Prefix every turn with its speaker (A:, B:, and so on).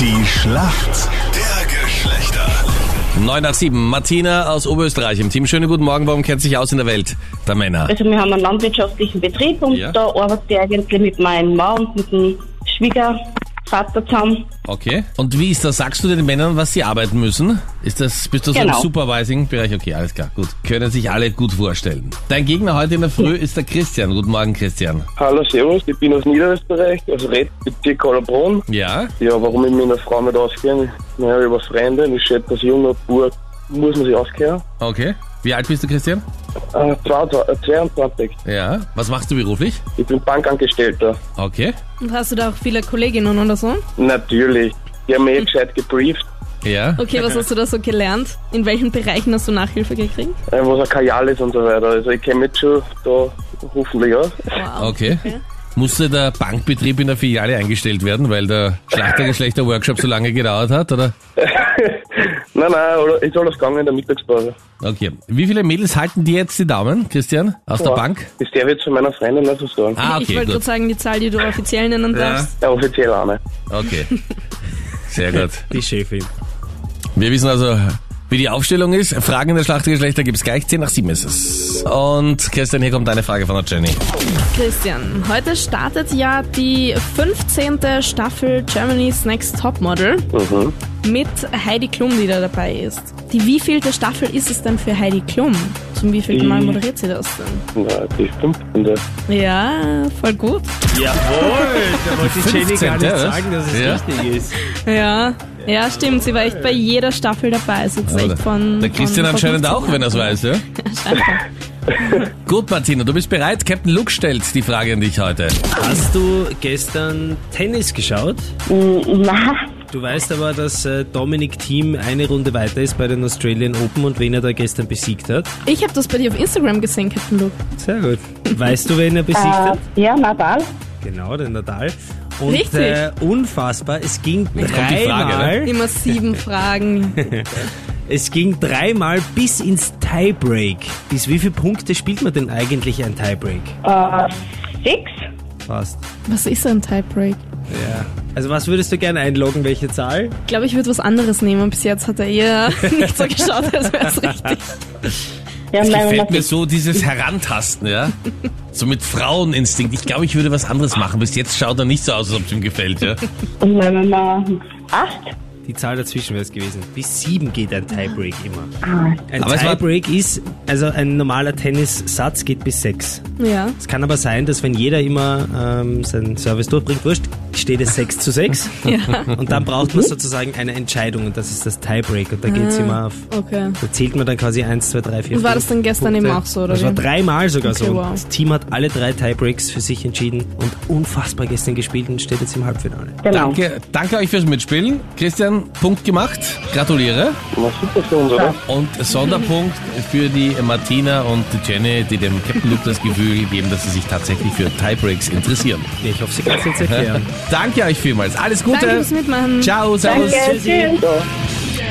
A: Die Schlacht der Geschlechter.
B: 9 nach 7. Martina aus Oberösterreich im Team. Schönen guten Morgen. Warum kennt sich aus in der Welt der Männer?
C: Also wir haben einen landwirtschaftlichen Betrieb und
B: Ja.
C: da arbeite ich eigentlich mit meinem Mann und mit dem Schwiegervater zusammen.
B: Okay. Und wie ist das? Sagst du den Männern, was sie arbeiten müssen? Ist das, bist du so
C: Genau.
B: im Supervising-Bereich? Okay, alles klar. Gut. Können sich alle gut vorstellen. Dein Gegner heute in der Früh ist der Christian. Guten Morgen, Christian.
D: Hallo, Servus, ich bin aus Niederösterreich, aus Rett, Bezirk Hollerbrunn.
B: Ja?
D: Ja, warum ich mit einer Frau nicht auskenne? Naja, über Freunde, ich schätze, als junger Bub muss man sich auskehren.
B: Okay. Wie alt bist du, Christian?
D: Äh, 22, äh, 22,
B: Ja. Was machst du beruflich?
D: ich bin Bankangestellter.
B: Okay.
E: Und hast du da auch viele Kolleginnen oder so?
D: Natürlich, die haben mich eh gescheit gebrieft,
B: Ja.
E: Okay, was hast du da so gelernt? In welchen Bereichen hast du Nachhilfe gekriegt?
D: äh, was ein Kajal ist und so weiter. Also ich kenne mich schon da hoffentlich aus.
E: Wow.
B: Okay. Musste der Bankbetrieb in der Filiale eingestellt werden, weil der Schlachtergeschlechter-Workshop so lange gedauert hat, oder?
D: Nein, nein, oder ist alles gegangen in der Mittagspause.
B: Okay. Wie viele Mädels halten dir jetzt die Daumen, Christian, aus der
D: Ja.
B: Bank?
D: Das darf ich jetzt von meiner Freundin nicht so sagen.
B: Ah,
E: ich
B: okay,
E: wollte
B: gut.
E: gerade sagen, die Zahl, die du offiziell nennen
B: Ja.
E: darfst.
D: Ja, offiziell auch nicht.
B: Okay. Sehr gut.
F: Die Chefin.
B: Wir wissen also, wie die Aufstellung ist. Fragen in der Schlachtgeschlechter gibt's gleich. 10 nach 7 ist es. Und Christian, hier kommt eine Frage von der Jenny.
E: Christian, heute startet ja die 15. Staffel Germany's Next Topmodel
D: Mhm.
E: mit Heidi Klum, die da dabei ist. Die wievielte Staffel ist es denn für Heidi Klum? Zum wievielten Mal
D: Die-
E: moderiert sie das denn?
D: Na, die 15.
E: Ja, voll gut.
F: Jawohl, da wollte die Jenny
B: 15.,
F: gar nicht
B: was?
F: sagen, dass es
B: Ja.
F: richtig ist.
E: Ja, ja, stimmt. Sie war echt bei jeder Staffel dabei. Ist jetzt echt von,
B: Also, der Christian
E: von,
B: anscheinend
E: von 15
B: auch, wenn er es weiß, ja? Gut, Martina, du bist bereit. Captain Luke stellt die Frage an dich heute.
F: Hast du gestern Tennis geschaut?
B: Mhm.
C: Mm, Nein,
F: Du weißt aber, dass äh, Dominic Thiem eine Runde weiter ist bei den Australian Open und wen er da gestern besiegt hat.
E: Ich habe das bei dir auf Instagram gesehen, Captain Luke.
F: Sehr gut. Weißt du, wen er besiegt
C: äh,
F: hat?
C: ja, Nadal.
F: Genau, den Nadal. Und
E: Richtig.
F: Äh, unfassbar, es ging
B: kommt die Frage, ne?
F: dreimal,
E: Immer sieben Fragen.
F: es ging dreimal bis ins Tiebreak. Bis wie viele Punkte spielt man denn eigentlich ein Tiebreak?
C: Äh, sechs?
F: Fast.
E: Was ist ein Tiebreak?
F: Ja. Also was würdest du gerne einloggen, welche Zahl?
E: Ich glaube, ich würde was anderes nehmen. Bis jetzt hat er eher nicht so geschaut, als wäre es richtig.
C: Ja,
B: Es
C: nein,
B: gefällt mir
C: natürlich.
B: so dieses Herantasten, ja? So mit Fraueninstinkt. Ich glaube, ich würde was anderes machen. Bis jetzt schaut er nicht so aus, als ob es ihm gefällt, ja?
C: Und nehmen wir acht?
F: Die Zahl dazwischen wäre es gewesen. Bis sieben geht ein Tiebreak immer. Ein
B: Aber es war-
F: Tiebreak ist, also ein normaler Tennissatz geht bis sechs.
E: Ja.
F: Es kann aber sein, dass wenn jeder immer ähm, seinen Service durchbringt, wurscht, steht es 6 zu 6.
E: Ja.
F: Und dann braucht man sozusagen eine Entscheidung und das ist das Tiebreak. Und da geht's immer auf.
E: Ah, Okay.
F: Da zählt man dann quasi 1, 2, 3, 4,
E: Und war das dann gestern eben auch so, oder
F: Das war
E: wie?
F: dreimal sogar
E: Okay,
F: so.
E: wow.
F: Und Das Team hat alle drei Tiebreaks für sich entschieden und unfassbar gestern gespielt und steht jetzt im Halbfinale.
C: Genau.
B: Danke, danke euch fürs Mitspielen. Christian, Punkt gemacht. Gratuliere.
D: War super für uns, oder?
B: Und Sonderpunkt für die Martina und die Jenny, die dem Captain Luke das Gefühl geben, dass sie sich tatsächlich für Tiebreaks interessieren.
F: Ich hoffe, Sie können es jetzt erklären.
B: Danke euch vielmals. Alles Gute.
E: Danke fürs Mitmachen.
B: Ciao, servus.
C: Danke, tschüss.
D: Ja.